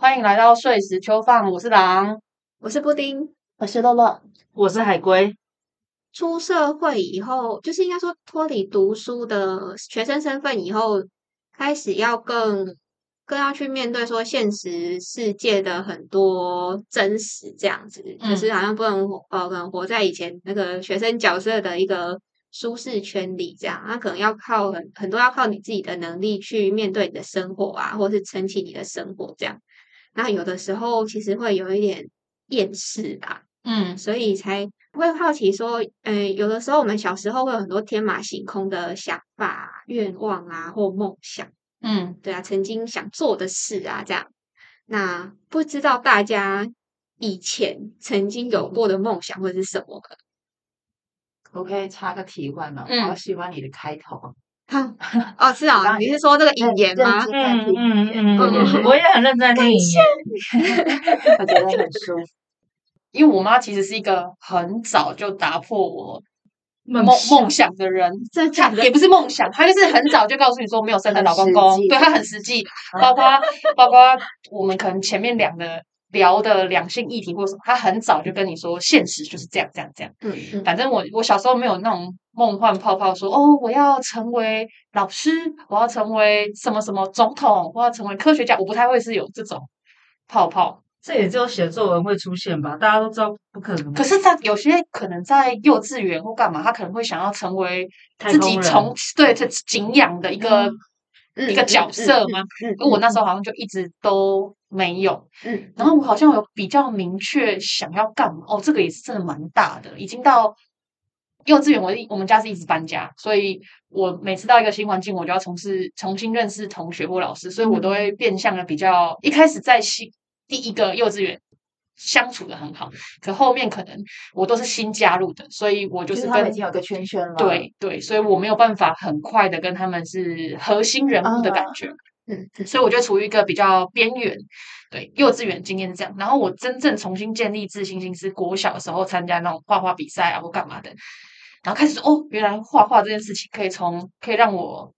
欢迎来到碎石秋放，我是狼，我是布丁。我是乐乐，我是海龟。出社会以后，就是应该说脱离读书的学生身份以后，开始要更更要去面对说现实世界的很多真实这样子，嗯就是好像不能活呃，可能活在以前那个学生角色的一个舒适圈里这样，那可能要靠很很多要靠你自己的能力去面对你的生活啊，或是撑起你的生活这样。那有的时候其实会有一点厌世吧，嗯所以才会好奇说，呃，有的时候我们小时候会有很多天马行空的想法、愿望啊，或梦想，嗯，对啊，曾经想做的事啊，这样。那不知道大家以前曾经有过的梦想会是什么？我可以插个题外吗？嗯我好喜欢你的开头，哈哦，是啊，刚你是说这个引认言吗？认真在嗯听嗯嗯嗯 嗯，我也 很认真在听你念。我觉得很舒服。因为我妈其实是一个很早就打破我梦梦梦想的人，这她讲的也不是梦想，她就是很早就告诉你说没有生的老公很实公，际对她很实际，包括包括我们可能前面两个聊的两性议题或什么，她很早就跟你说现实就是这样这样这样。嗯嗯反正我我小时候没有那种梦幻泡泡说，哦，我要成为老师，我要成为什么什么总统，我要成为科学家，我不太会是有这种泡泡。这也只有写作文会出现吧？大家都知道不可能。可是他有些可能在幼稚园或干嘛，他可能会想要成为太自空己人从对这敬仰的一个、嗯一个嗯角嗯色嘛。嗯因为我那时候好像就一直都没有，嗯，然后我好像有比较明确想要干嘛哦，这个也是真的蛮大的，已经到幼稚园，我一我们家是一直搬家，所以我每次到一个新环境，我就要从事重新认识同学或老师，所以嗯我都会变相的比较一开始在新第一个幼稚园。相处的很好，可后面可能我都是新加入的，所以我就就是是他们跟已经有个圈圈了，，对对，所以我没有办法很快的跟他们是核心人物啊的感觉，嗯嗯所以我就处于一个比较边缘。对，幼稚园经验是这样，然后我真正重新建立自信心是国小的时候参加那种画画比赛啊或干嘛的，然后开始说哦，原来画画这件事情可以从可以让我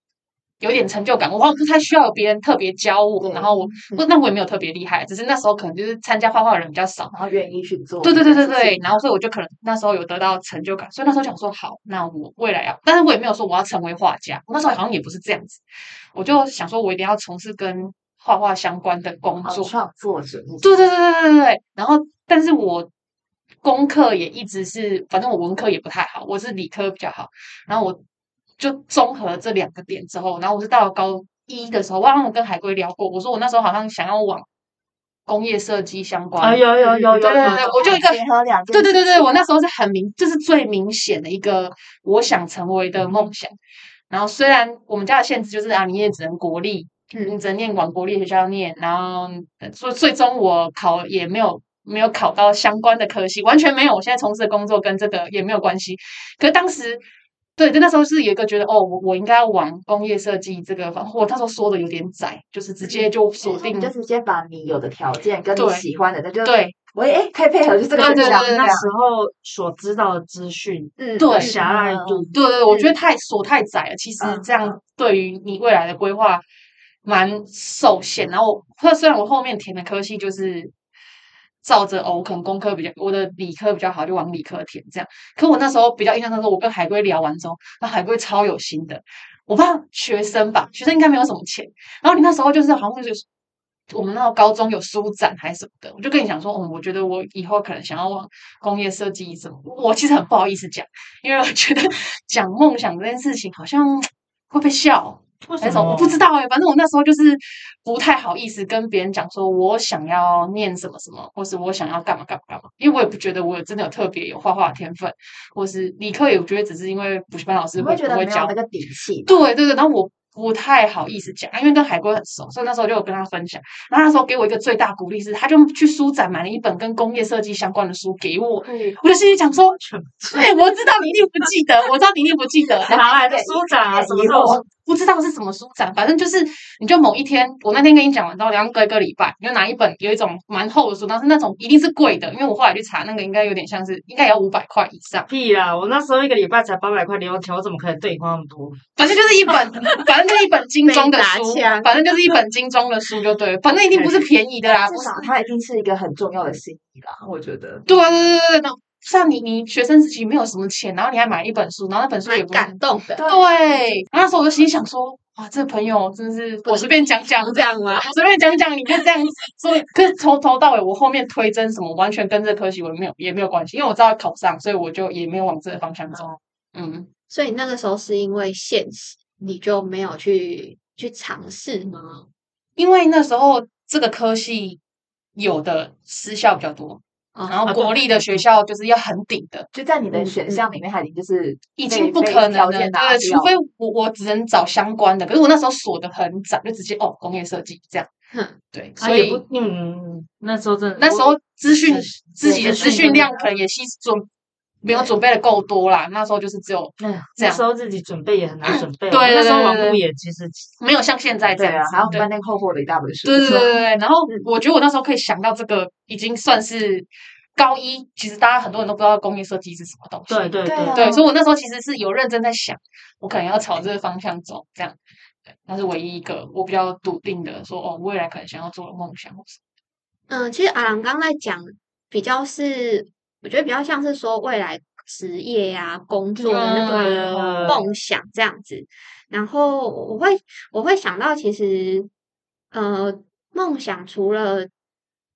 有点成就感，我好像不太需要有别人特别教我，然对后我不那我也没有特别厉害，只是那时候可能就是参加画画的人比较少，然后愿意去做，对对对对对，，然后所以我就可能那时候有得到成就感，所以那时候想说好，那我未来要，但是我也没有说我要成为画家，我那时候好像也不是这样子，我就想说我一定要从事跟画画相关的工好作，创作者，对对对对对对对，然后但是我功课也一直是，反正我文科也不太好，我是理科比较好，然后我就综合这两个点之后，然后我是到了高一的时候，我好像我跟海龟聊过，我说我那时候好像想要往工业设计相关，哦啊，有有有有，对对对，我就一个结合两件对事情，对对对，我那时候是很明，这是最明显的一个我想成为的梦想。然后虽然我们家的限制就是啊，你也只能国立，你嗯只能念往国立学校念，然后呃最最终我考也没有没有考到相关的科系，完全没有。我现在从事的工作跟这个也没有关系。可是当时。对，就那时候是有一个觉得哦，我我应该要往工业设计这个方，我那时候说的有点窄，就是直接就锁所以定你就直接把你有的条件跟你对喜欢的，那就对，我也哎可以配合，就这个对对选项对对那时候所知道的资讯嗯，对的狭隘度，对对，我嗯觉得太锁太窄了。其实嗯这样对于你未来的规划蛮受限。然后，或虽然我后面填的科系就是照着哦，我可能工科比较，我的理科比较好，就往理科填这样。可我那时候比较印象当中，我跟海龟聊完之后，那海龟超有心的。我怕学生吧，学生应该没有什么钱。然后你那时候就是好像就是我们那时候高中有书展还是什么的，我就跟你讲说，嗯，我觉得我以后可能想要往工业设计什么。我其实很不好意思讲，因为我觉得 讲梦想这件事情好像会被笑为还什是什么，么我不知道哎、反正我那时候就是不太好意思跟别人讲说我想要念什么什么，或是我想要干嘛干嘛干嘛，因为我也不觉得我有真的有特别有画画的天分，或是理科也我觉得只是因为补习班老师你会会不觉得没会有教那个底气，对对对，然后我不太好意思讲，因为跟海龟很熟，所以那时候就有跟他分享。然后那时候给我一个最大鼓励是，他就去书展买了一本跟工业设计相关的书给我，对，我就心里想说，全部对，我知道你一定不记得，我知道你一定不记得，然后哪来的书展啊？什么时以候？不知道是什么书展，反正就是你就某一天，我那天跟你讲完之后，然后隔一个礼拜，你就拿一本有一种蛮厚的书，但是那种一定是贵的，因为我后来去查，那个应该有点像是应该也要五百块以上。啊屁啦！我那时候一个礼拜才八百块零用钱，我怎么可能对你花那么多？反正就是一本，反正正就一本精被装的打书枪，反正就是一本精装的书就对了，反正一定不是便宜的啦，不至是少它一定是一个很重要的心意啦，我觉得。对啊，对对对对，那是啊，你你学生自己没有什么钱，然后你还买一本书，然后那本书也蛮不是感动的，啊对，那时候我就心想说，哇，这朋友真是我随便讲 讲能，这样吗？我随便讲讲，你就这样子所以，可是从头到尾，我后面推甄什么，完全跟这科系我没有也没有关系，因为我知道考上，所以我就也没有往这个方向走。嗯，所以那个时候是因为现实，你就没有去去尝试吗？因为那时候这个科系有的私校比较多，哦然后啊对国立的学校就是要很顶的，就在你的嗯选嗯项里面，它已经就是已被经不被可能条了，件达对，除标非我我只能找相关的。可是我那时候锁的很窄，就直接哦工业设计这样，哼，对，啊所也以不嗯，那时候真的哎那时候资讯自己的对资资讯讯量可能也吸准没有准备的够多啦，那时候就是只有嗯这那样时候自己准备也很难准备，对我那时候对对网对络也其实没有像现在这对样啊，子还要对翻那个厚厚的一大本书。对对对对对，然后嗯我觉得我那时候可以想到这个，已经算是高一。其实大家很多人都不知道工业设计是什么东西，对对对啊对，所以我那时嗯候其实是有认真在想，我可能要朝这个方向走，这样。对，那是唯一一个我比较笃定的，说哦，未来可能想要做的梦想或什么。嗯，其实阿郎刚在讲，比较是我觉得比较像是说未来职业呀、工作的那个嗯梦想这样子。然后我会我会想到，其实呃，梦想除了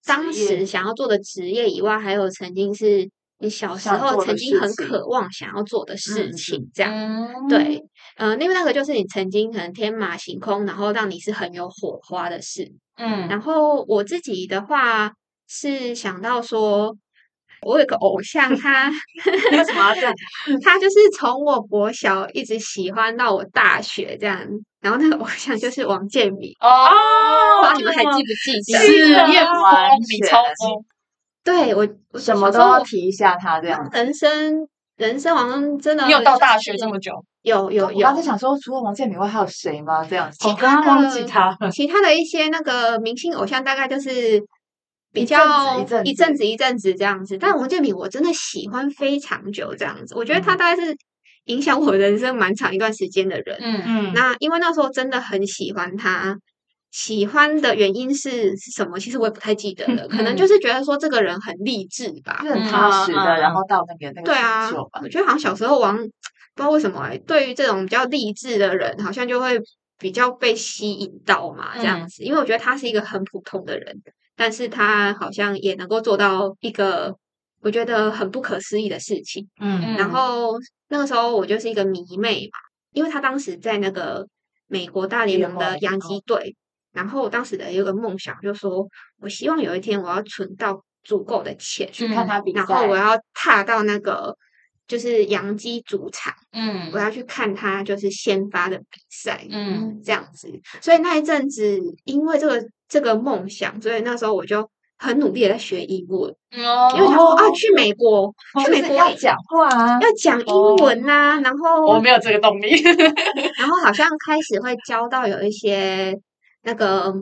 当职业时想要做的职业以外，还有曾经是你小时想候做的曾经事很情渴望想要做的事嗯嗯情，这样。嗯，对，呃，因为那个就是你曾经可能天马行空，然后让你是很有火花的事。嗯，然后我自己的话是想到说，我有个偶像 他，为什么要这样？他就是从我国小一直喜欢到我大学这样。然后那个偶像就是王建民，不哦知道你们还记不记得？是得念完风，你全超风，对我，我什小么时都要候提一下它这样子。人生人生好像真的你有到大就学是这么久，有有我有刚才想说，除了王健民外还有谁吗？这样子。我刚刚忘记的他了，呃其他的一些那个明星偶像，大概就是比一阵子较一阵一子阵子一阵子这样子。但王健民我真的喜欢非常久这样子，我觉得他嗯大概是影响我人生蛮长一段时间的人。嗯，嗯，那因为那时候真的很喜欢他，喜欢的原因是是什么？其实我也不太记得了，可能嗯就是觉得说这个人很励志吧。就是很嗯踏实嗯的，然嗯后到那个那个对啊成就吧，我觉得好像小时候往不知道为什么、欸，对于这种比较励志的人，好像就会比较被吸引到嘛，这样嗯子。因为我觉得他是一个很普通的人，但是他好像也能够做到一个我觉得很不可思议的事情。嗯然嗯后那个时候我就是一个迷妹嘛，因为他当时在那个美国大联联盟的盟嗯洋基队，然后我当时的有个梦想，就说我希望有一天我要存到足够的嗯钱，去看他比嗯然后我赛，要踏到那个就是洋基主场，嗯我要去看他就是先发的比赛，嗯这样子。所以那一阵子，因为这个这个梦想，所以那时候我就很努力的在学英文，嗯，哦因为想说啊，去美国，去就美是国要讲话啊，哦要讲英文呐、然我后没有这个动 力，然后好像开始会教到有一些那个。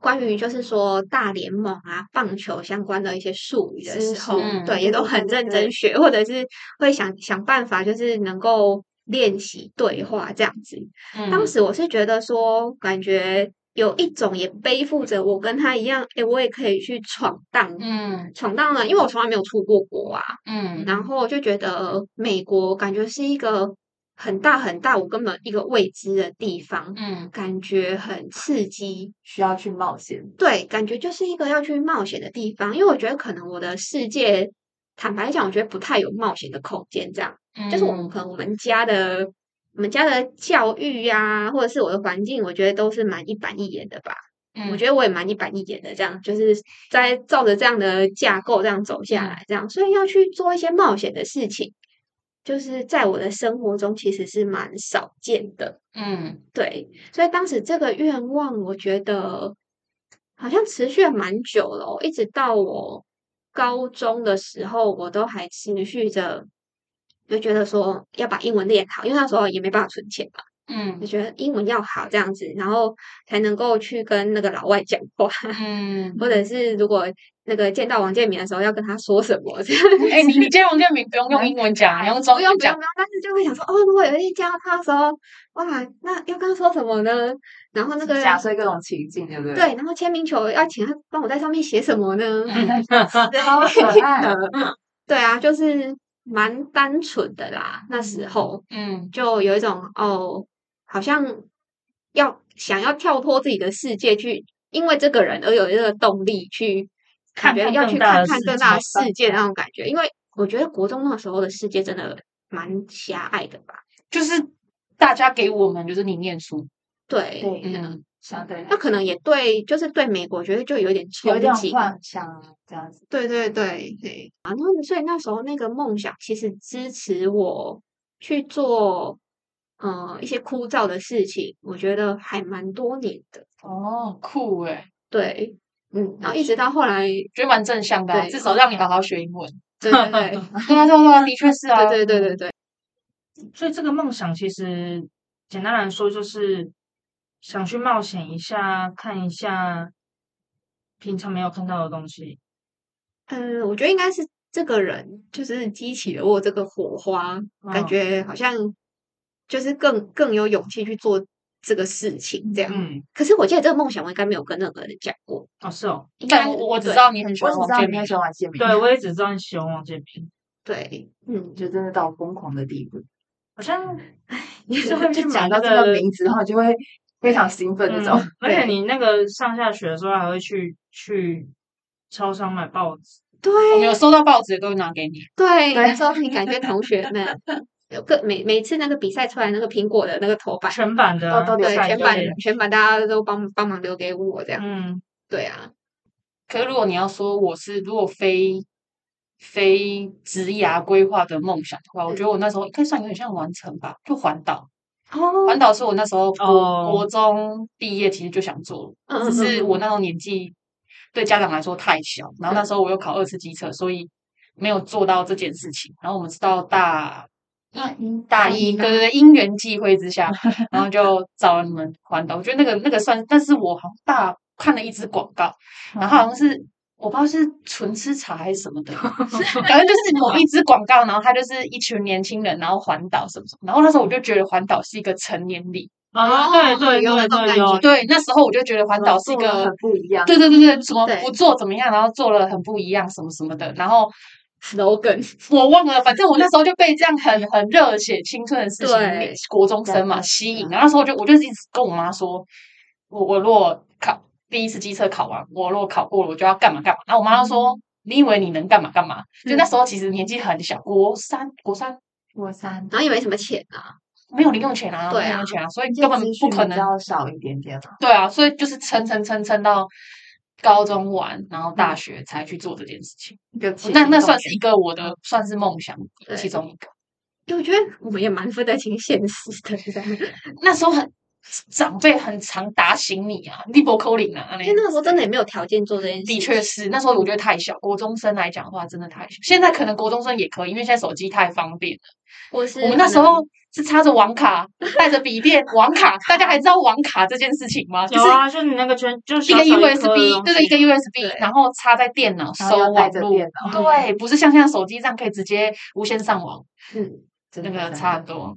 关于就是说大联盟啊、棒球相关的一些术语的知时候，识嗯对，也都对对很对认对真学，或者是会想想办法，就是能够练习对话这样子。嗯当时我是觉得说，感觉有一种也背负着我跟他一样，诶，我也可以去闯荡，嗯闯荡了，因为我从来没有出过国啊，嗯然后就觉得美国感觉是一个很大很大，我根本一个未知的地方，嗯感觉很刺激。需要去冒险。对，感觉就是一个要去冒险的地方，因为我觉得可能我的世界，坦白讲，我觉得不太有冒险的空间。这样，嗯，就是我们可能我们家的我们家的教育呀、或者是我的环境，我觉得都是蛮一板一眼的吧。嗯我觉得我也蛮一板一眼的，这样就是在照着这样的架构这样走下嗯来，这样，所以要去做一些冒险的事情，就是在我的生活中其实是蛮少见的。嗯对，所以当时这个愿望，我觉得好像持续了蛮久了哦、一直到我高中的时候，我都还持续着，就觉得说要把英文练好，因为那时候也没办法存钱嘛，嗯 就觉得英文要好这样子，然后才能够去跟那个老外讲话，嗯， 或者是如果那个见到王建民的时候要跟他说什么这样。哎、你你今天王建民不用用英文讲，你用中不用文不用讲不，用，但是就会想说，哦，如果有一天见到他的时候，哇，那要跟他说什么呢？然后那个假设各种情境，对不对？ 对，然后签名球要请他帮我在上面写什么呢？嗯对，好可爱啊。对啊，就是蛮单纯的啦。那时候嗯就有一种哦，好像要想要跳脱自己的世界去，因为这个人而有这个动力去看感觉看要更去大看的看世更大的界世界的那种感觉。因为我觉得国中那时候的世界真的蛮狭隘的吧？就是大家给我们就是你念书，对，对嗯，相对来那可能也对，就是对美国，觉得就有点有一憧点憬。幻想这样子。对对对对啊，那所以那时候那个梦想其实支持我去做，呃，一些枯燥的事情，我觉得还蛮多年的。哦，酷哎、对，嗯，啊然后一直到 后来，觉得蛮正向的、啊，对至少让你好好学英文。对对对对啊，对啊，对啊的确是啊， 对对对对对，所以这个梦想其实简单来说就是想去冒险一下，看一下平常没有看到的东西。嗯，我觉得应该是这个人就是激起了我这个火花，感嗯觉好像就是更更有勇气去做这个事情这样。嗯，可是我记得这个梦想我应该没有跟任何人讲过，哦是哦，应该但我我只对知道你很喜我欢只王知道建你民很，喜欢王建民，对我也只知道你喜欢王建平，对，嗯，就真的到疯狂的地步，好像就就会会去去讲买到那这个个名字，然后就会非常兴奋那 种。嗯而且对你那个上下学的时候还会去去超商买报纸，我们对有收到报纸都会拿给你。对，对那时候很感谢同学们，有个每每次那个比赛出来那个苹果的那个头版，全版的啊、都都留对下来全就版对了全版大家都帮帮忙留给我这样，嗯，对啊，可是如果你要说我是如果非非职涯规划的梦想的话，我觉得我那时候应该算有点像完成吧，就环岛。环哦，岛是我那时候国、哦国中毕业，其实就想做嗯了，只是嗯嗯我那时候年纪对家长来说太小，然后那时候我又考二次机测，所以没有做到这件事情。然后我们是到大嗯，大大一，一对对对，因缘际会之 下，然后就找了你们环岛。我觉得那个那个算，但是我好像大看了一支广告，然嗯后好像是我不知道是纯吃茶还是什 么的，反正就是某一支广告，然后它就是一群年轻人，然后环岛什么什么。然后那时候我就觉得环岛是一个成年礼，啊，哦对对有那对种对感有，对，那时候我就觉得环岛是一嗯做了个很。不一样。对对对对，什么对不做怎么样，然后做了很不一样，什么什么的，然后 slogan，我忘了，反正我那时候就被这样很很热血青春的事情对，国中生真嘛的吸引。然后那时候我就我就一直跟我妈说，我我如果考第一次机测考完，我如果考过了，我就要干嘛干嘛。然后我妈就说，你以为你能干嘛干嘛？嗯就那时候其实年纪很小，国三国三我三然后也没什么钱啊，没有零用钱啊，对没啊有零用钱啊，所以根本资不讯可比能。较少一点点了。对啊，所以就是撑撑撑撑到高中完，然后大学才去做这件事嗯情。一个那那起算心是一个我的算是梦想对其中一个。因为我觉得我们也蛮负得起现实的，这样 因那时候很长辈很常打醒你啊，你不扣领啊，那为那个时候真的也没有条件做这件事情，的确是那时候我觉得太小，国中生来讲的话真的太小。现在可能国中生也可以，因为现在手机太方便了。我是我们那可时能候是插着网卡，带着笔电 网卡，大家还知道网卡这件事情吗？就有是啊，就你那个圈，就是一个小小一颗的 USB，东对对，一个西 USB，对然后插在电脑然后收要带网着络。电脑，对，不是像现在手机上可以直接无线上网，嗯，真那的个啊真差的很多。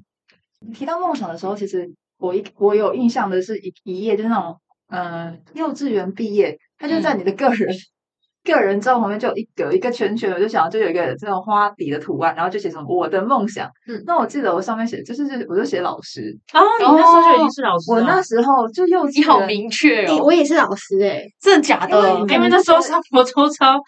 你提到梦想的时候，其实我一我有印象的是一一页，就是那种呃幼稚园毕业，它就在你的个人、个人照旁边就有一有一个圈圈，我就想就有一个这种花底的图案，然后就写什么我的梦想。嗯那我记得我上面写就是我就写老师，哦，你那时候就已经是老师哦我那了，时候就幼稚你园，好明确诶哦，我也是老师哎，真的假因为的你？因为那时候上佛周超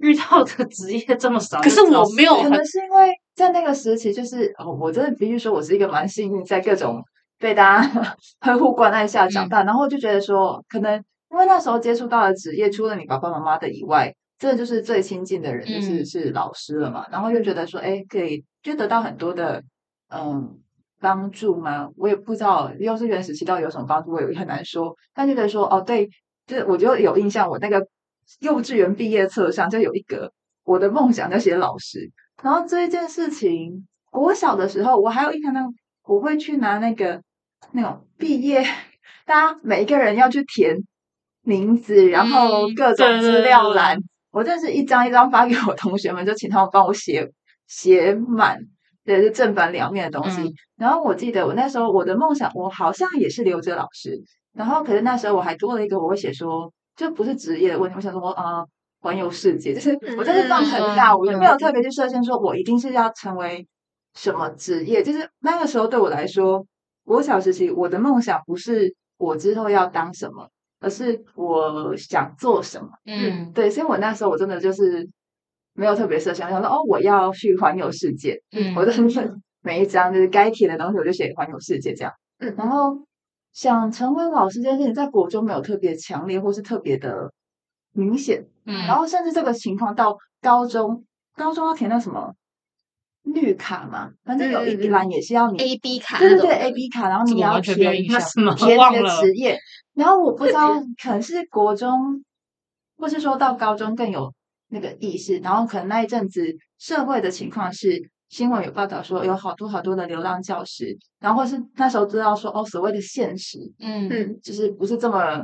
遇到的职业这么少，可是就老我师没有可很能是因为在那个时期，就是哦，我真的必须说，我是一个蛮幸运，在各种被大家 呵护关爱下嗯长大，然后就觉得说，可能因为那时候接触到的职业，除了你爸爸妈妈的以外，真的就是最亲近的人就是、嗯是老师了嘛，然后就觉得说，哎，可以就得到很多的嗯帮助吗？我也不知道幼稚园时期到底有什么帮助，我也很难说。但就觉得说，哦，对，就是我就有印象，我那个幼稚园毕业册上就有一个我的梦想，就写老师。然后这一件事情，我小的时候我还有印象到，我会去拿那个那种毕业，大家每一个人要去填名字，然后嗯各对种资对料对栏，我真的是一张一张发给我同学们，就请他们帮我写写满，对，是正反两面的东西。嗯然后我记得我那时候我的梦想，我好像也是留着老师，然后可是那时候我还多了一个，我会写说，就不是职业的问题，我想说啊。呃环游世界，就是我真是放很大，嗯我就没有特别去设限，说我一定是要成为什么职业。就是那个时候对我来说，我小时期我的梦想不是我之后要当什么，而是我想做什么。嗯对，所以我那时候我真的就是没有特别设想，想说哦，我要去环游世界，嗯，我真的是每一张就是该填的东西，我就写环游世界这样。嗯哦然后想成为老师这件事情，在国中没有特别强烈或是特别的明显，然嗯后甚至这个情况到高中，高中要填到什么绿卡嘛，反正有一嗯一栏也是要你， A B 卡对那对种对的， A B 卡，然后这你个要完全没有填印那象什么填忘你的了？职业。然后我不知道，可能是国中，或是说到高中更有那个意识，然后可能那一阵子社会的情况是。新闻有报道说有好多好多的流浪教师，然后或是那时候知道说哦，所谓的现实嗯，嗯，就是不是这么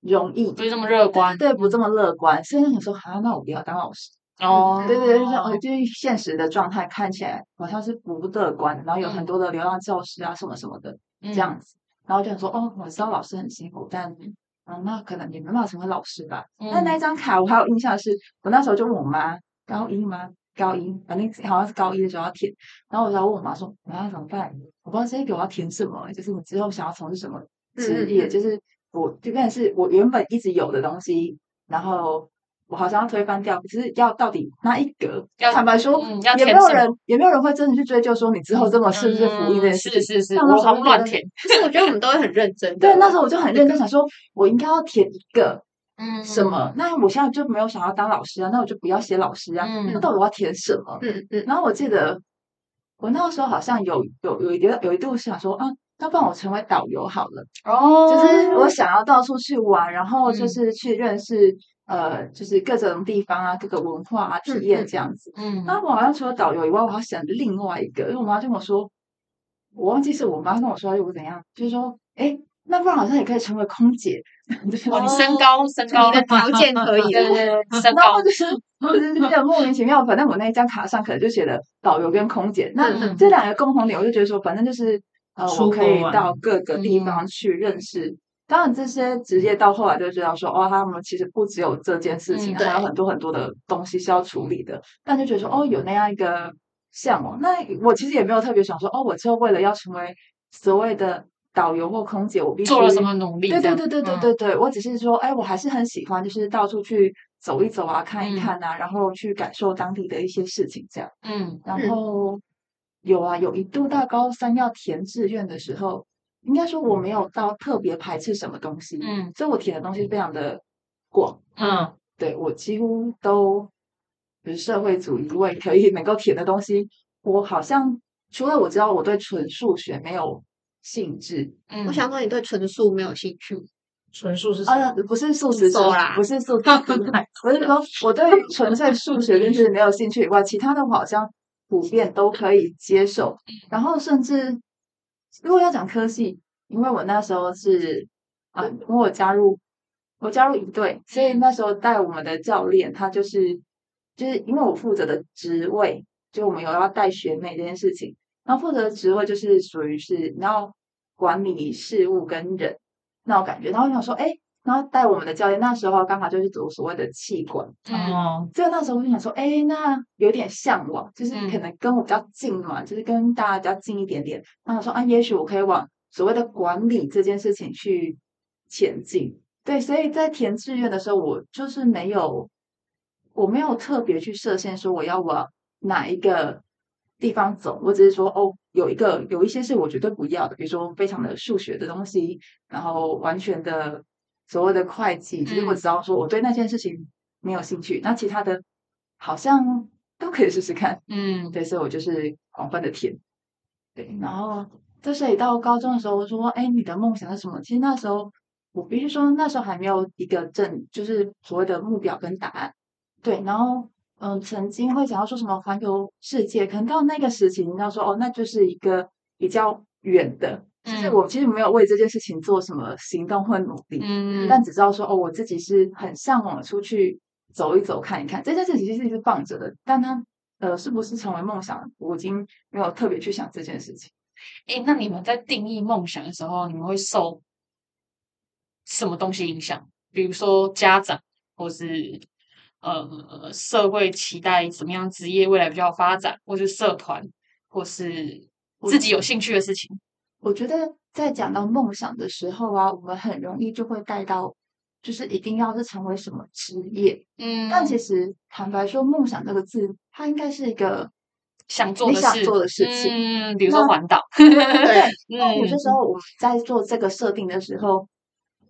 容易，不是这么乐观对，不这么乐观，所以你说啊，那我不要当老师。哦，对对对，就是哦就是现实的状态看起来好像是不乐观的，然后有很嗯多的流浪教师啊什么什么的这这样子，然后就想说哦，我知道老师很辛苦，但嗯，那可能也没办法成为老师吧。嗯那那一张卡我还有印象是，我那时候就问我妈，高一吗？高一，反正好像是高一的时候要填，然后我就问我妈说，妈怎么办？我不知道这一个我要填什么，就是你之后想要从事什么职嗯业，就是我就变成是我原本一直有的东西，然后我好像要推翻掉，可是要到底那一格？要坦白说，嗯要也没填有什么人也没有人会真的去追究说你之后这么是不是福音这件事情。嗯是是是，但我那时候好像就觉乱得填，就是我觉得我们都会很认 真的。对，那时候我就很认真想说，我应该要填一个嗯什？么？那我现在就没有想要当老师啊，那我就不要写老师啊。嗯那到底我要填什么？嗯 嗯然后我记得我那个时候好像有有有一个有一度是想说啊，要不然我成为导游好了，哦，就是我想要到处去玩，然后就嗯是去认识、呃，就是各种地方啊，各个文化啊，体嗯验嗯这样子。嗯那我好像除了导游以外，我还想另外一个，因为我妈就跟我说，我忘记是我妈跟我说还是我怎样，就是说，哎，那不然好像也可以成为空姐， 就是哦，你身高身高你的条件可以对对了，对，身然高后就是就是有点莫名其妙，反正我那一张卡上可能就写了导游跟空姐，那嗯这两个共同点，我就觉得说，反正就是呃，我出可国以玩到各个嗯地方去认识。当然，这些职业到后来就知道说，哦，他们其实不只有这件事情，嗯还有对很多很多的东西是要处理的。但就觉得说，哦，有那样一个向往。那我其实也没有特别想说，哦，我之后为了要成为所谓的导游或空姐，我必须做了什么努力？对这对样对对对嗯对对，我只是说，哎，我还是很喜欢，就是到处去走一走啊，看一嗯看啊，然后去感受当地的一些事情，这样。嗯然嗯后有啊，有一度到高三要填志愿的时候，应该说我没有到特别排斥什么东西，嗯所以我填的东西非常的广，嗯，对我几乎都，比如社会组以外可以能够填的东西，我好像除了我知道我对纯数学没有兴致，嗯，我想说你对纯素没有兴趣，纯素是什么啊，不是素食素者啦不是素食者， 我是说我对纯粹数学跟知识没有兴趣以外，其他的我好像普遍都可以接受。嗯然后甚至如果要讲科系，因为我那时候是啊，因为我加入我加入一队，所以那时候带我们的教练他就是就是因为我负责的职位，就我们有要带学妹这件事情，然后负责的职位就是属于是你要管理事务跟人那种感觉。然后我想说，哎，然后带我们的教练那时候刚好就是读所谓的气管。嗯哦，所以那时候我就想说，哎，那有点向往，就是嗯可能跟我比较近嘛，就是跟大家比较近一点点。那我说啊，也许我可以往所谓的管理这件事情去前进。对，所以在填志愿的时候，我就是没有，我没有特别去设限说我要往哪一个地方走，我只是说哦，有一个有一些是我绝对不要的，比如说非常的数学的东西，然后完全的所谓的会计，就是我嗯只要说我对那件事情没有兴趣，那其他的好像都可以试试看。嗯对，所以我就是广泛的填。对，然后哦这涉及到高中的时候，我说，哎，你的梦想是什么？其实那时候我必须说，那时候还没有一个正，就是所谓的目标跟答案。对，然后嗯、呃曾经会想要说什么环游世界，可能到那个时期，你要说哦，那就是一个比较远的，就是我其实没有为这件事情做什么行动或努力，嗯，但只知道说哦，我自己是很向往出去走一走、看一看。这件事情其实一直放着的，但它呃是不是成为梦想，我已经没有特别去想这件事情。哎、那你们在定义梦想的时候，你们会受什么东西影响？比如说家长，或是呃社会期待什么样职业未来比较有发展，或是社团，或是我自己有兴趣的事情。我觉得在讲到梦想的时候啊，我们很容易就会带到，就是一定要是成为什么职业。嗯但其实坦白说，梦想这个字，它应该是一个想做你的想事，做的事情。嗯，比如说那环岛，对，那有嗯些时候我们在做这个设定的时候，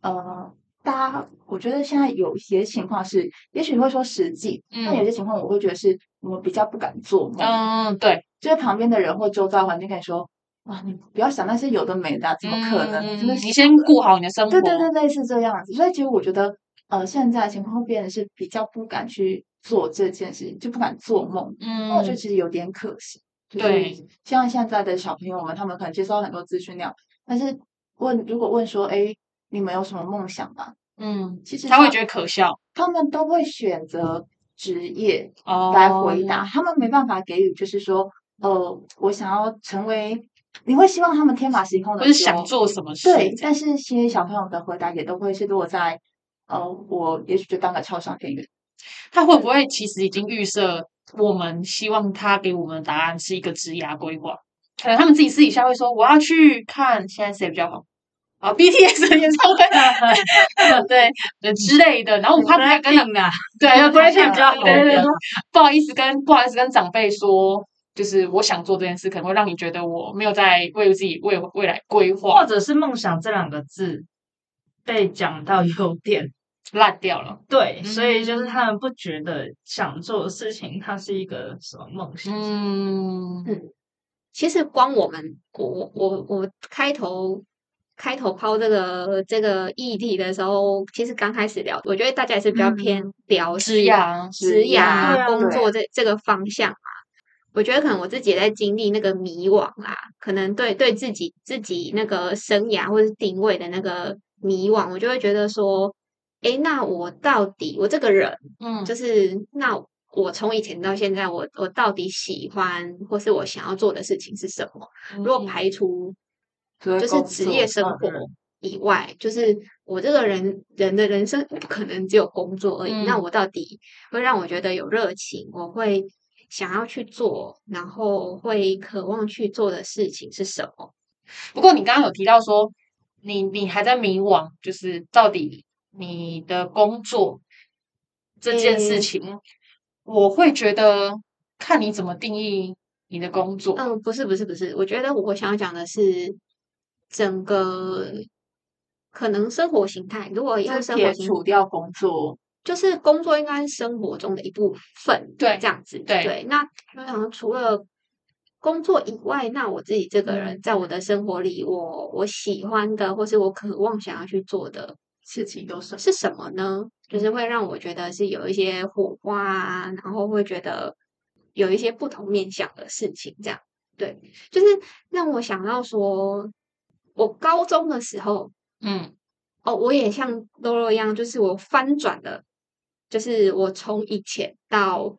呃，大家我觉得现在有一些情况是，也许你会说实际，但有嗯些情况我会觉得是我们比较不敢做梦，嗯，对，就是旁边的人或周遭环境跟你说，啊，你不要想那些有的没的啊、怎么可能？真的嗯是你先顾好你的生活，对对对，类似这样子。所以其实我觉得，呃，现在的情况会变得是比较不敢去做这件事情，就不敢做梦。嗯，那我觉得哦其实有点可惜。就是对，像现在的小朋友们，他们可能接收到很多资讯量，但是问如果问说，哎，你们有什么梦想吗？嗯，其实他会觉得可笑他们都会选择职业哦，来回答，他们没办法给予，就是说，呃，我想要成为，你会希望他们天马行空或的是想做什么事，对，但是其实小朋友的回答也都会是落在，呃，我也许就当个超商店员。他会不嗯会其实已经预设我们希望他给我们的答案是一个职涯规划？可能他们自己私底下会说：“我要去看现在谁比较好啊，BTS 的演唱会， 对对之类的。”然后他不敢跟嗯定啦，对要 b r e a k i 啊比较对对对好对，不好意思跟不好意思跟长辈说，就是我想做这件事，可能会让你觉得我没有在为自己未未来规或划，哦者是梦想这两个字被讲到有点烂掉了。对，所以就是嗯他们不觉得想做的事情，它是一个什么梦想？嗯其实光我们，我我我开头开头抛这个这个议题的时候，其实刚开始聊，我觉得大家也是嗯比较偏聊枝是桠，职职涯、涯工对作这这个方向嘛。我觉得可能我自己也在经历那个迷惘啦，可能对对自己自己那个生涯或是定位的那个迷惘，我就会觉得说，诶，那我到底我这个人，嗯，就是那我从以前到现在，我我到底喜欢或是我想要做的事情是什么？嗯如果排除就就是职业生嗯活以外，就是我这个人人的人生不可能只有工作而已。那嗯我到底会让我觉得有热情，我会想要去做，然后会渴望去做的事情是什么？不过你刚刚有提到说，你你还在迷惘，就是到底你的工作这件事嗯情，我会觉得看你怎么定义你的工作。嗯，不是不是不是，我觉得我想要讲的是整个可能生活形态。如果要就是生活撇形除掉工作，就是工作应该是生活中的一部分，对这样子，对那我想除了工作以外，那我自己这个嗯人，在我的生活里，我我喜欢的，或是我渴望想要去做的事情都是是什么呢？就是会让我觉得是有一些火花啊，然后会觉得有一些不同面向的事情，这样对，就是让我想到说，我高中的时候，嗯哦，我也像洛洛一样，就是我翻转了，就是我从以前到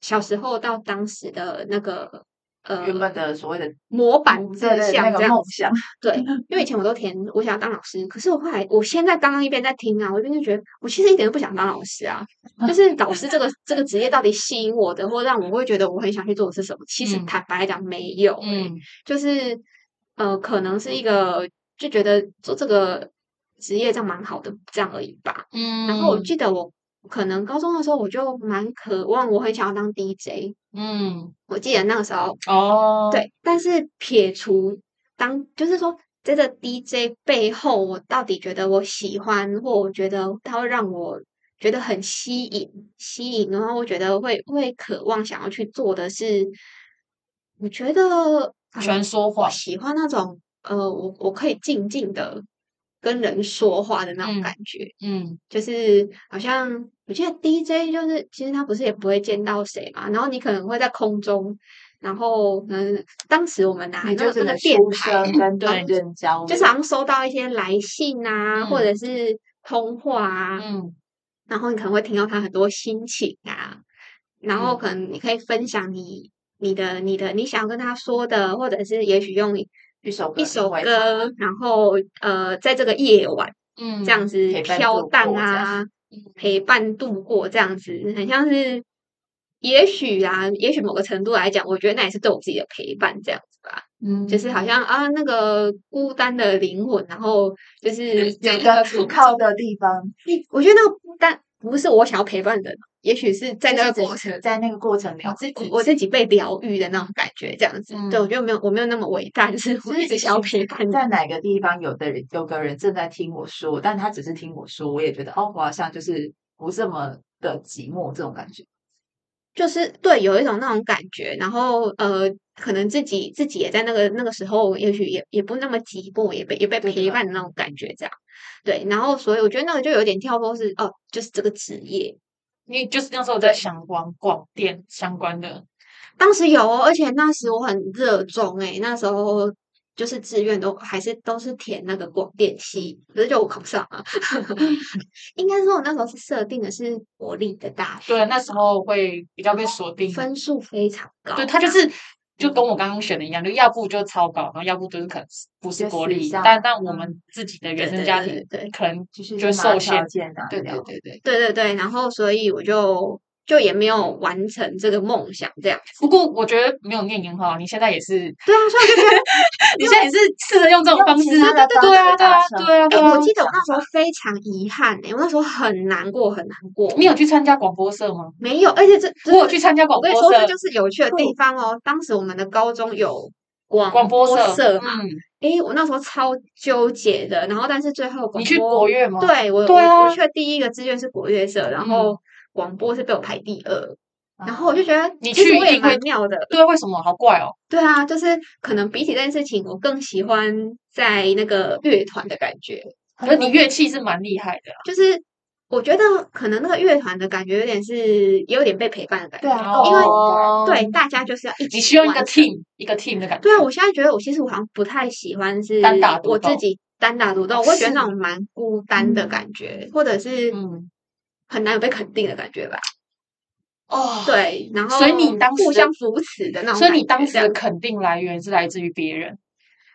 小时候到当时的那个呃原本的所谓的模板志嗯对对那向这个样梦子。想。对， 因为以前我都填我想要当老师，可是我后来我现在刚刚一边在听啊，我一边就觉得我其实一点都不想当老师 啊，就是老师这个这个职业到底吸引我的，或让我会觉得我很想去做的是什么？其实嗯坦白来讲没有、欸，嗯就是呃，可能是一个就觉得做这个职业这样蛮好的，这样而已吧。嗯，然后我记得我可能高中的时候，我就蛮渴望，我很想要当 DJ。嗯我记得那个时候，哦，对，但是撇除当，就是说，在这 DJ 背后，我到底觉得我喜欢，或我觉得它会让我觉得很吸引，吸引，然后我觉得会会渴望想要去做的是，我觉得呃全说我谎，喜欢那种呃，我我可以静静的跟人说话的那种嗯感觉，嗯就是好像我记得 DJ 就是其实他不是也不会见到谁嘛，然后你可能会在空中，然后嗯，当时我们拿那你就个只那能个电出台，声跟对真人交流，就是好像收到一些来信啊，或欸嗯者是通话啊，嗯然后你可能会听到他很多心情啊，然后嗯可能你可以分享你你的你的你想要跟他说的，或者是也许用你一首歌一首为歌，然后呃，在这个夜晚嗯，这样子陪伴飘度荡过这样啊嗯，陪伴度过这样子，很像是也许啊，也许某个程度来讲，我觉得那也是对我自己的陪伴这样子吧，嗯，就是好像啊那个孤单的灵魂，然后 就是有个可靠的地方，我觉得那个孤单不是我想要陪伴的人，也许是在就那是个只过程是。在那个过程我聊自自己己，我自己被疗愈的那种感觉，这样子，对我嗯觉得没有我没有那么伟大，就是我就是一直想要陪伴你。在哪个地方，有的人有个人正在听我说，但他只是听我说，我也觉得哦，我好像就是不这么的寂寞这种感觉。就是对，有一种那种感觉，然后呃，可能自己自己也在那个那个时候，也许也也不那么寂寞，也被也被对陪对伴的那种感觉，这样对。然后，所以我觉得那个就有点跳脱是哦，就是这个职业，你就是那时候在想广广电相关的，当时有哦，而且那时我很热衷诶、那时候就是志愿都还是都是填那个广电系，可是就我考不上啊。 应该说，我那时候是设定的是国立的大学，对，那时候会比较被锁定，分数非常高，对，它就是就跟我刚刚选的一样，就要不就超高，然后要不就是可能是不就是国私立，校但但我嗯们自己的对原对生家对庭对可能就是就马受条限，件啊，对对聊对对。对对对，然后所以我就就也没有完成这个梦想，这样子。不过我觉得没有念很好，你现在也是，对啊，所以我就觉得，你现在也是试着用这种用方其式，他的方对啊式对达啊成对啊对哎、啊我。记得我那时候非常遗憾哎、我那时候很难过，很难过。你有去参加广播社吗？没有？而且这我有去参加广我跟你播说，社嗯这，就是有趣的地方哦。当时我们的高中有广广播社嘛，嗯，哎、我那时候超纠结的。然后，但是最后广播你去国乐吗？对我，对我啊我去的第一个志愿是国乐社，然嗯后广播是被我排第二。然后我就就觉得，你其实去我一也定会蛮妙的。对，为什么？好怪哦。对啊，就是可能比起这件事情，我更喜欢在那个乐团的感觉。可是你乐器是蛮厉害的啊，就是我觉得可能那个乐团的感觉有点是，也有点被陪伴的感对觉。哦啊，因为共对，鸣感，大家就是要一起。你需要一个。team 一个 team 的感觉。对啊，我现在觉得我其实我好像不太喜欢是单打独我自斗哦己单打独斗，我会觉得那种蛮孤单的感觉，或者是嗯很难有被肯定的感觉吧。哦，对，然后所以你当时互的相扶持的那种所感觉。以你当时这样的肯定来源是来自于别人，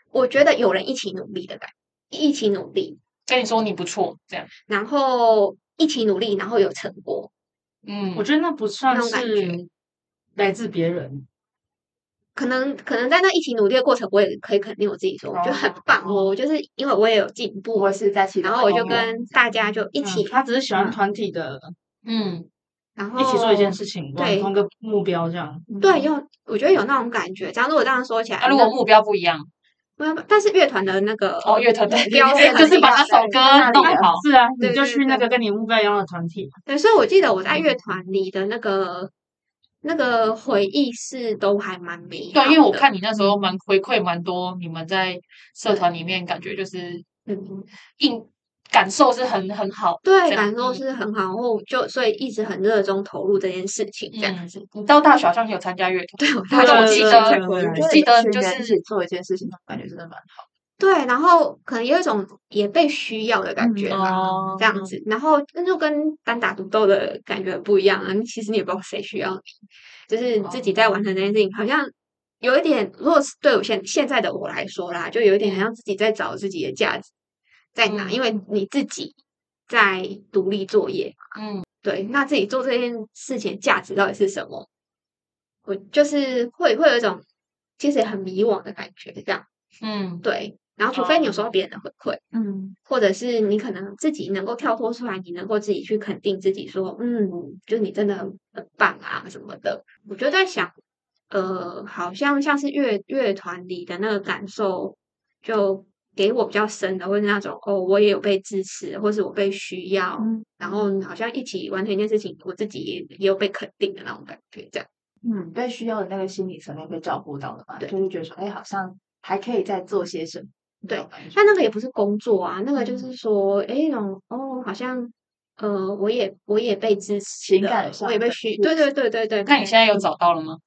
我觉得有人一起努力的感觉，一起努力，跟你说你不错，这样，然后一起努力，然后有成果。嗯，我觉得那不算那种感觉是来自别人，可能可能在那一起努力的过程，我也可以肯定我自己说，我觉得很棒哦，就是因为我也有进步，我是在其中然的后我就一员跟大家就一嗯起，他只是喜嗯欢团体的，嗯，然后一起做一件事情，往对嗯同一个目标这样。对，有我觉得有那种感觉。这样如果这样说起来，啊那如果目标不一样，那但是乐团的那个哦，乐团的目标是 就很是把明那首确的歌那里弄的好，是啊，对你就对去那对个跟你目标一样的团体。对，所以我记得嗯我在乐团里的那个那个回忆是都还蛮美好对，因为我的，看你那时候蛮回馈蛮多，你们在社团里面感觉就是嗯。应感受是很很好，对，这样感嗯受是很好，然后就所以一直很热衷投入这件事情，这样嗯子。你到大学好像有参加乐团，对，我反大正概我就记是得对对对我我记得就一是起做一件事情，那种感觉真的蛮好。对，然后可能有一种也被需要的感嗯觉吧，哦这样子。然后那就跟单打独斗的感觉不一样啊，你其实你也不知道谁需要你，就是你自己哦在完成这件事情，好像有一点，如果是对我现现在的我来说啦，就有一点好像自己在找自己的价值在哪，因为你自己在独立作业，嗯对，那自己做这件事情的价值到底是什么？我就是会会有一种其实很迷惘的感觉，这样嗯对。然后，除非你有哦收到别人的回馈，嗯，或者是你可能自己能够跳脱出来，你能够自己去肯定自己，说，嗯，就你真的很很棒啊什么的。我就在想，呃，好像像是乐乐团里的那个感受，就给我比较深的，或是那种哦，我也有被支持，或是我被需要，嗯然后好像一起完成一件事情，我自己也也有被肯定的那种感觉，这样。嗯，被需要的那个心理层面被照顾到了嘛，对就是觉得说，哎，好像还可以再做些什么。对那种感觉，但那个也不是工作啊，那个就是说，哎、那种哦，好像呃，我也我也被支持情了，感我上也被的需，支对对对对对。那你现在有找到了吗？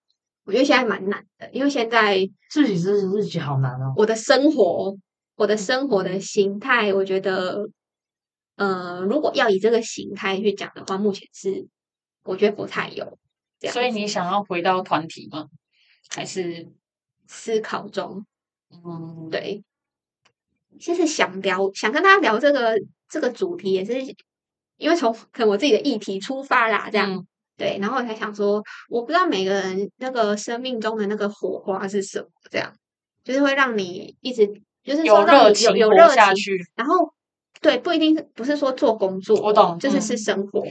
我觉得现在蛮难的，因为现在自己支持自己好难哦。我的生活，我的生活的形态，我觉得，呃，如果要以这个形态去讲的话，目前是我觉得不太有这样所以子你想要回到团体吗？还是思考中，嗯，对，就是想聊，想跟大家聊这个这个主题，也是因为从可能我自己的议题出发啦，这样、嗯对，然后我才想说，我不知道每个人那个生命中的那个火花是什么，这样就是会让你一直就是嗯有说让热你情有有活热下情，去？然后对，不一定是不是说做工作，我懂就是嗯是生活，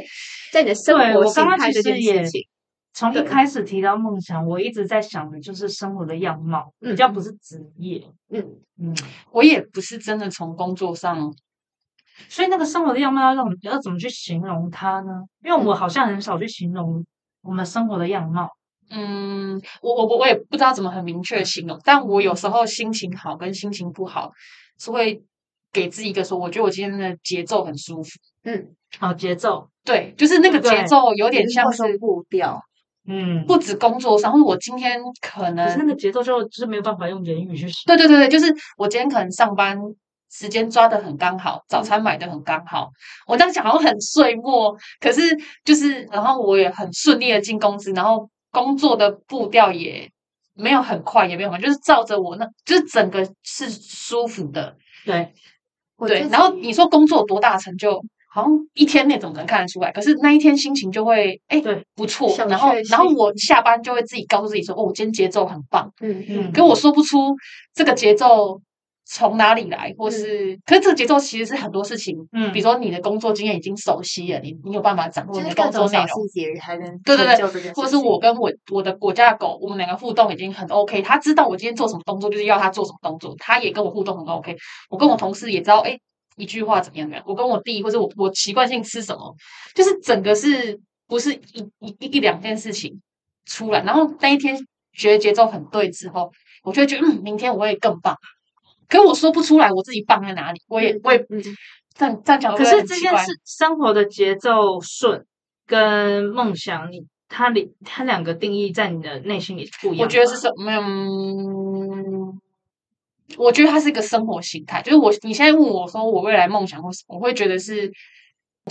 在你的生对活我心刚刚态其这实件也事情，从一对开始提到梦想，我一直在想的就是生活的样貌，比较不是职业。嗯，嗯，我也不是真的从工作上，所以那个生活的样貌要让要怎么去形容它呢？因为我好像很少去形容我们生活的样貌。嗯，我我我我也不知道怎么很明确地形容，但我有时候心情好跟心情不好是会给自己一个说，我觉得我今天的节奏很舒服。嗯好节奏，对，就是那个节对奏有有点像是说步调，嗯，不止工作上，或者我今天可可能是那个节奏就就是没有办法用言语去形对对对对，就是我今天可能上班时间抓的很刚好，嗯早餐买的很刚好，我这样讲好像很碎末，可是就是然后我也很顺利的进公司，然后工作的步调也没有很快，也没有很慢，就是照着我那，就是整个是舒服的，对，我对自。然后己你说工作多大成就？好像一天内怎么可能看得出来？可是那一天心情就会哎、对不错，小然后确然后幸我下班就会自己告诉自己说，哦，我今天节奏很棒，嗯嗯嗯可我说不出这个节奏从哪里来，嗯或是，可是这个节奏其实是很多事情，嗯比如说你的工作经验已经熟悉了，你你有办法掌握就你是的各工种作内小容，细节还能对对对成就这件事情，或是我跟我我的我家的狗，我们两个互动已经很 OK，它知道我今天做什么动作，就是要它做什么动作，它也跟我互动很 OK，我跟我同事也知道，哎，一句话怎么样怎么样，我跟我弟或者我我习惯性吃什么，就是整个是不是一一一一两件事情出来，然后那一天觉得节奏很对之后，我就会觉得嗯，明天我会更棒。可我说不出来我自己棒在哪里，我也我也嗯这样这样讲会不可会是很这奇件怪，事，生活的节奏顺跟梦想，你它里它两个定义在你的内心里是不一样的吧。我觉得是什么？嗯，我觉得它是一个生活形态。就是我你现在问我说我未来梦想或什么，我会觉得是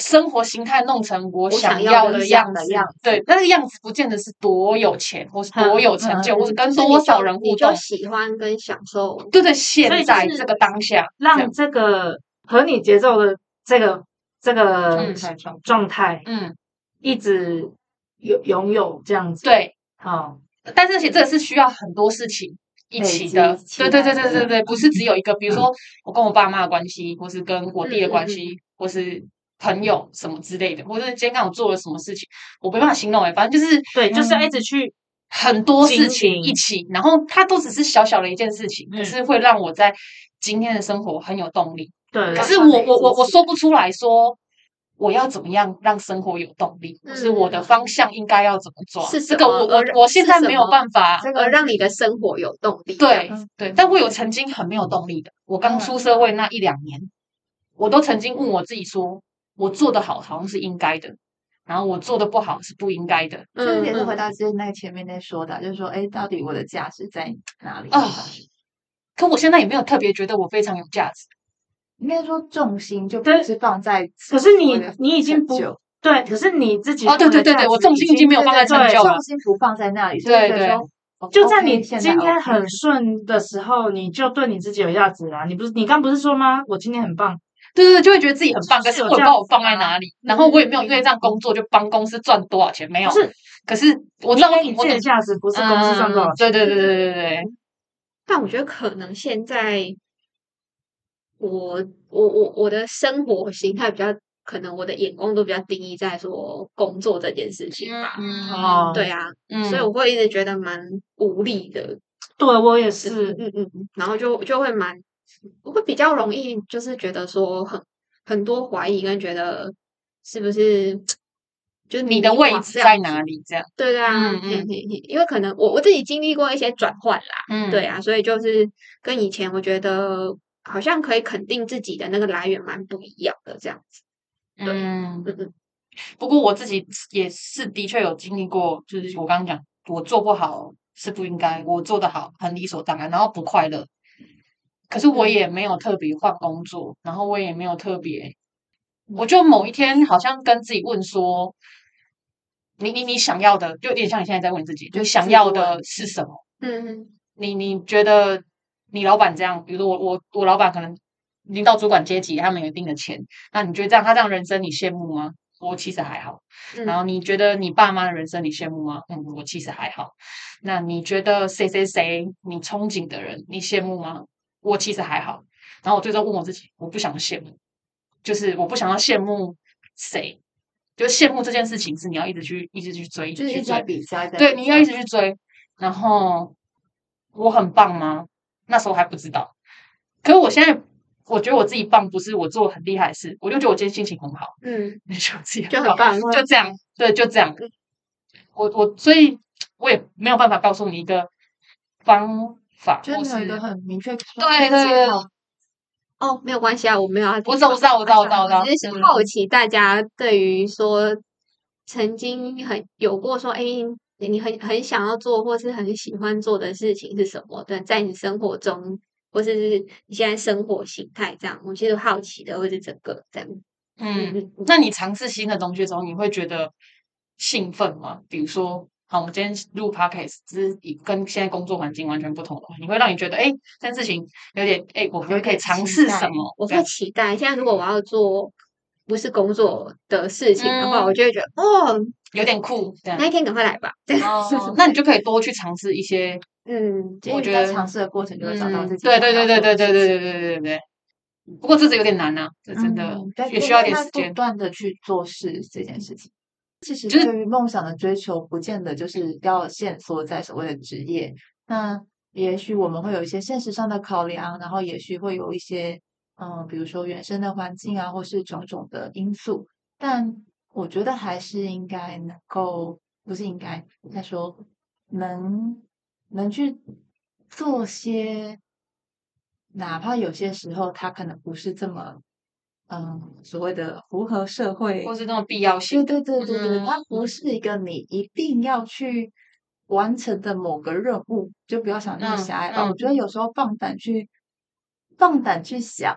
生活形态弄成我想要要的的样样的子。样对，那个样子不见得是多有钱，或是多嗯有成就，或是跟就是你多少就人你互就动。喜欢跟享受，对对，现就在是这个当下，这让样这个和你节奏的这个这个嗯才创状态嗯，一直有拥有这样子。，对。好，但是而且这个是需要很多事情一累起积的，起对对对来对对的对，不是只有一个，比如说我跟我爸妈的关系，或是跟我弟的嗯嗯关嗯系，或是朋友什么之类的，或者是今天刚好做了什么事情，我没办法形容哎、反正就是对，就是要嗯一直去很多事经情一营起，然后它都只是小小的一件事情，可嗯是会让我在今天的生活很有动力。对可要是把我累我我积我起说不出来说我要怎么样让生活有动力，或是我的嗯方向应该要怎么抓。是这什个么我我而我现是在什没有么办法。这而个让你的生活有动力。这样啊嗯对对，但我有曾经很没有动力的。我刚嗯出社会那一两年，我都曾经问我自己说，我做的好好像是应该的，然后我做的不好是不应该的。就是嗯也是嗯回到之前那个前面那说的，就是说，哎，到底我的价值在哪里？啊可我现在也没有特别觉得我非常有价值。应该说重心就不对是放在可是你我的你已经不成就对，可是你自己哦对做的对对对价我值重心已经没有放在对对成对就了重心不放在那里，所以对觉得对说哦就在 OK，你现今天 OK 很顺的时候，你就对你自己有价值啦。你不是你刚不是说吗？我今天很棒，对对对，就会觉得自己很棒，可是是有我也不知价道我值放的在啊哪里，然后我也没有因为这样工作就帮公司赚多少钱，没有不。是可是我你知道我给你我自己的懂价值不是公司赚多少嗯钱。对对对对对对，但我觉得可能现在我我我我的生活形态比较，可能我的眼光都比较定义在说工作这件事情吧。嗯哦对啊，嗯所以我会一直觉得蛮无力的，对我也就是是，嗯嗯，嗯然后就就会蛮，我会比较容易就是觉得说很很多怀疑跟觉得是不是就是你的位置在哪里？里？这样，对啊，嗯嗯嘿嘿嘿因为可能我我自己经历过一些转换啦。嗯，对啊，所以就是跟以前我觉得好像可以肯定自己的那个来源蛮不一样的这样子。对嗯嗯嗯，不过我自己也是的确有经历过，就是我刚刚讲，我做不好是不应该，我做得好很理所当然，然后不快乐。可是我也没有特别换工作，然后我也没有特别，我就某一天好像跟自己问说，你你你想要的，就有点像你现在在问你自己，就就想自要问的是什么？嗯你你觉得你老板这样，比如说我我我老板可能已经到主管阶级，他们有一定的钱，那你觉得这样他这样人生你羡慕吗？我其实还好。嗯，然后你觉得你爸妈的人生你羡慕吗？嗯，我其实还好。那你觉得谁谁谁你憧憬的人你羡慕吗？我其实还好。然后我最终问我自己，我不想羡慕，就是我不想要羡慕谁，就羡慕这件事情是你要一直去一直去追，就是一去直在追，比赛，在对，比你要一赛直去追。然后我很棒吗？那时候还不知道，可是我现在我觉得我自己棒，不是我做很厉害的事，我就觉得我今天心情很好， 嗯，就自己就很棒，就这样，对，就这样。我我所以我也没有办法告诉你一个方法，就是或没有一个是很明确说对这对些对好哦，没有关系啊，我没有要我听知道，我知道，我知道，我我知道，我知道只是嗯好奇大家对于说曾经很有过说，哎、你很很想要做或是很喜欢做的事情是什么的，在你生活中或是你现在生活形态这样，我其实好奇的会是这个这样。嗯，嗯嗯那你尝试新的东西的时候，你会觉得兴奋吗？比如说，好，我们今天录 podcast，只是以跟现在工作环境完全不同的话，你会让你觉得，哎，这件事情有点，哎，我有还可以点尝期试待什么？我这会样期待，现在如果我要做不是工作的事情的话，我就会觉得哦，有点酷，这样那。一天赶快来吧。这样哦， 那你就可以多去尝试一些， 嗯，其实我你觉在得尝试的过程就会找到嗯，自己对想对对要对做对对的事对情对对对对。不过这是有点难啊，这真的嗯但也就需要是一点他时不间。断的去做事这件事情。其实就是对于梦想的追求，不见得就是要限缩在所谓的职业。那也许我们会有一些现实上的考量，然后也许会有一些嗯，比如说原生的环境啊，或是种种的因素。但我觉得还是应该能够，不是应该，应该说能能去做些，哪怕有些时候他可能不是这么，嗯，所谓的符合社会或是那种必要性对。对对对对，它嗯不是一个你一定要去完成的某个任务，就不要想那么嗯狭隘哦吧。我嗯觉得有时候放胆去，放胆去想，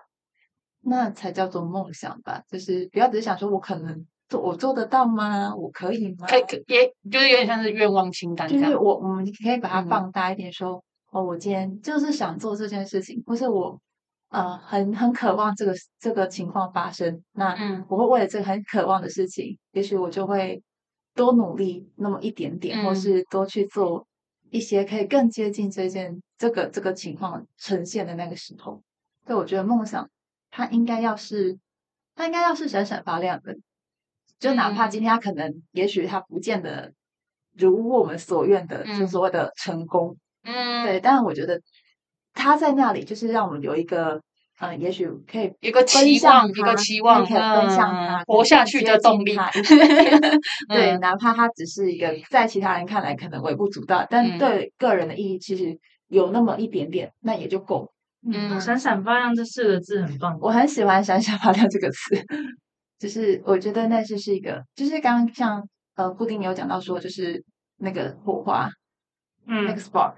那才叫做梦想吧。就是不要只是想说我可能做，我做得到吗？我可以吗？可以可也就是有点像是愿望清单这就是样。我，我们可以把它嗯放大一点说，哦，我今天就是想做这件事情，或是我呃很很渴望这个这个情况发生，那嗯我会为了这个很渴望的事情，也许我就会多努力那么一点点，或嗯是多去做一些可以更接近这件这个这个情况呈现的那个时候。所以我觉得梦想它应该要是它应该要是闪闪发亮的，就哪怕嗯今天他可能，也许他不见得如我们所愿的，就嗯所谓的成功，嗯，对。，但我觉得他在那里，就是让我们有一个，呃，也许可以一个分期享望，一个他期你望，可以分享他嗯，活下去的动力。 对，嗯哪怕它只是一个在其他人看来可能微不足道，嗯但对个人的意义其实有那么一点点，那也就够。嗯闪闪发亮这四个字很棒。我很喜欢“闪闪发亮”这个词， 就是我觉得那就是一个，就是刚刚像呃布丁有讲到说，就是那个火花，那个嗯， spark，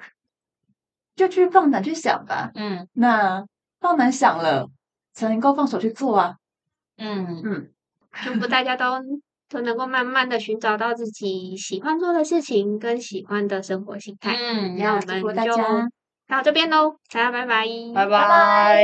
就去放胆去想吧。嗯那放胆想了，才能够放手去做啊。嗯嗯，祝福大家都都能够慢慢的寻找到自己喜欢做的事情跟喜欢的生活形态。嗯，那那我祝福们大就家。到这边喽，大家拜拜，拜拜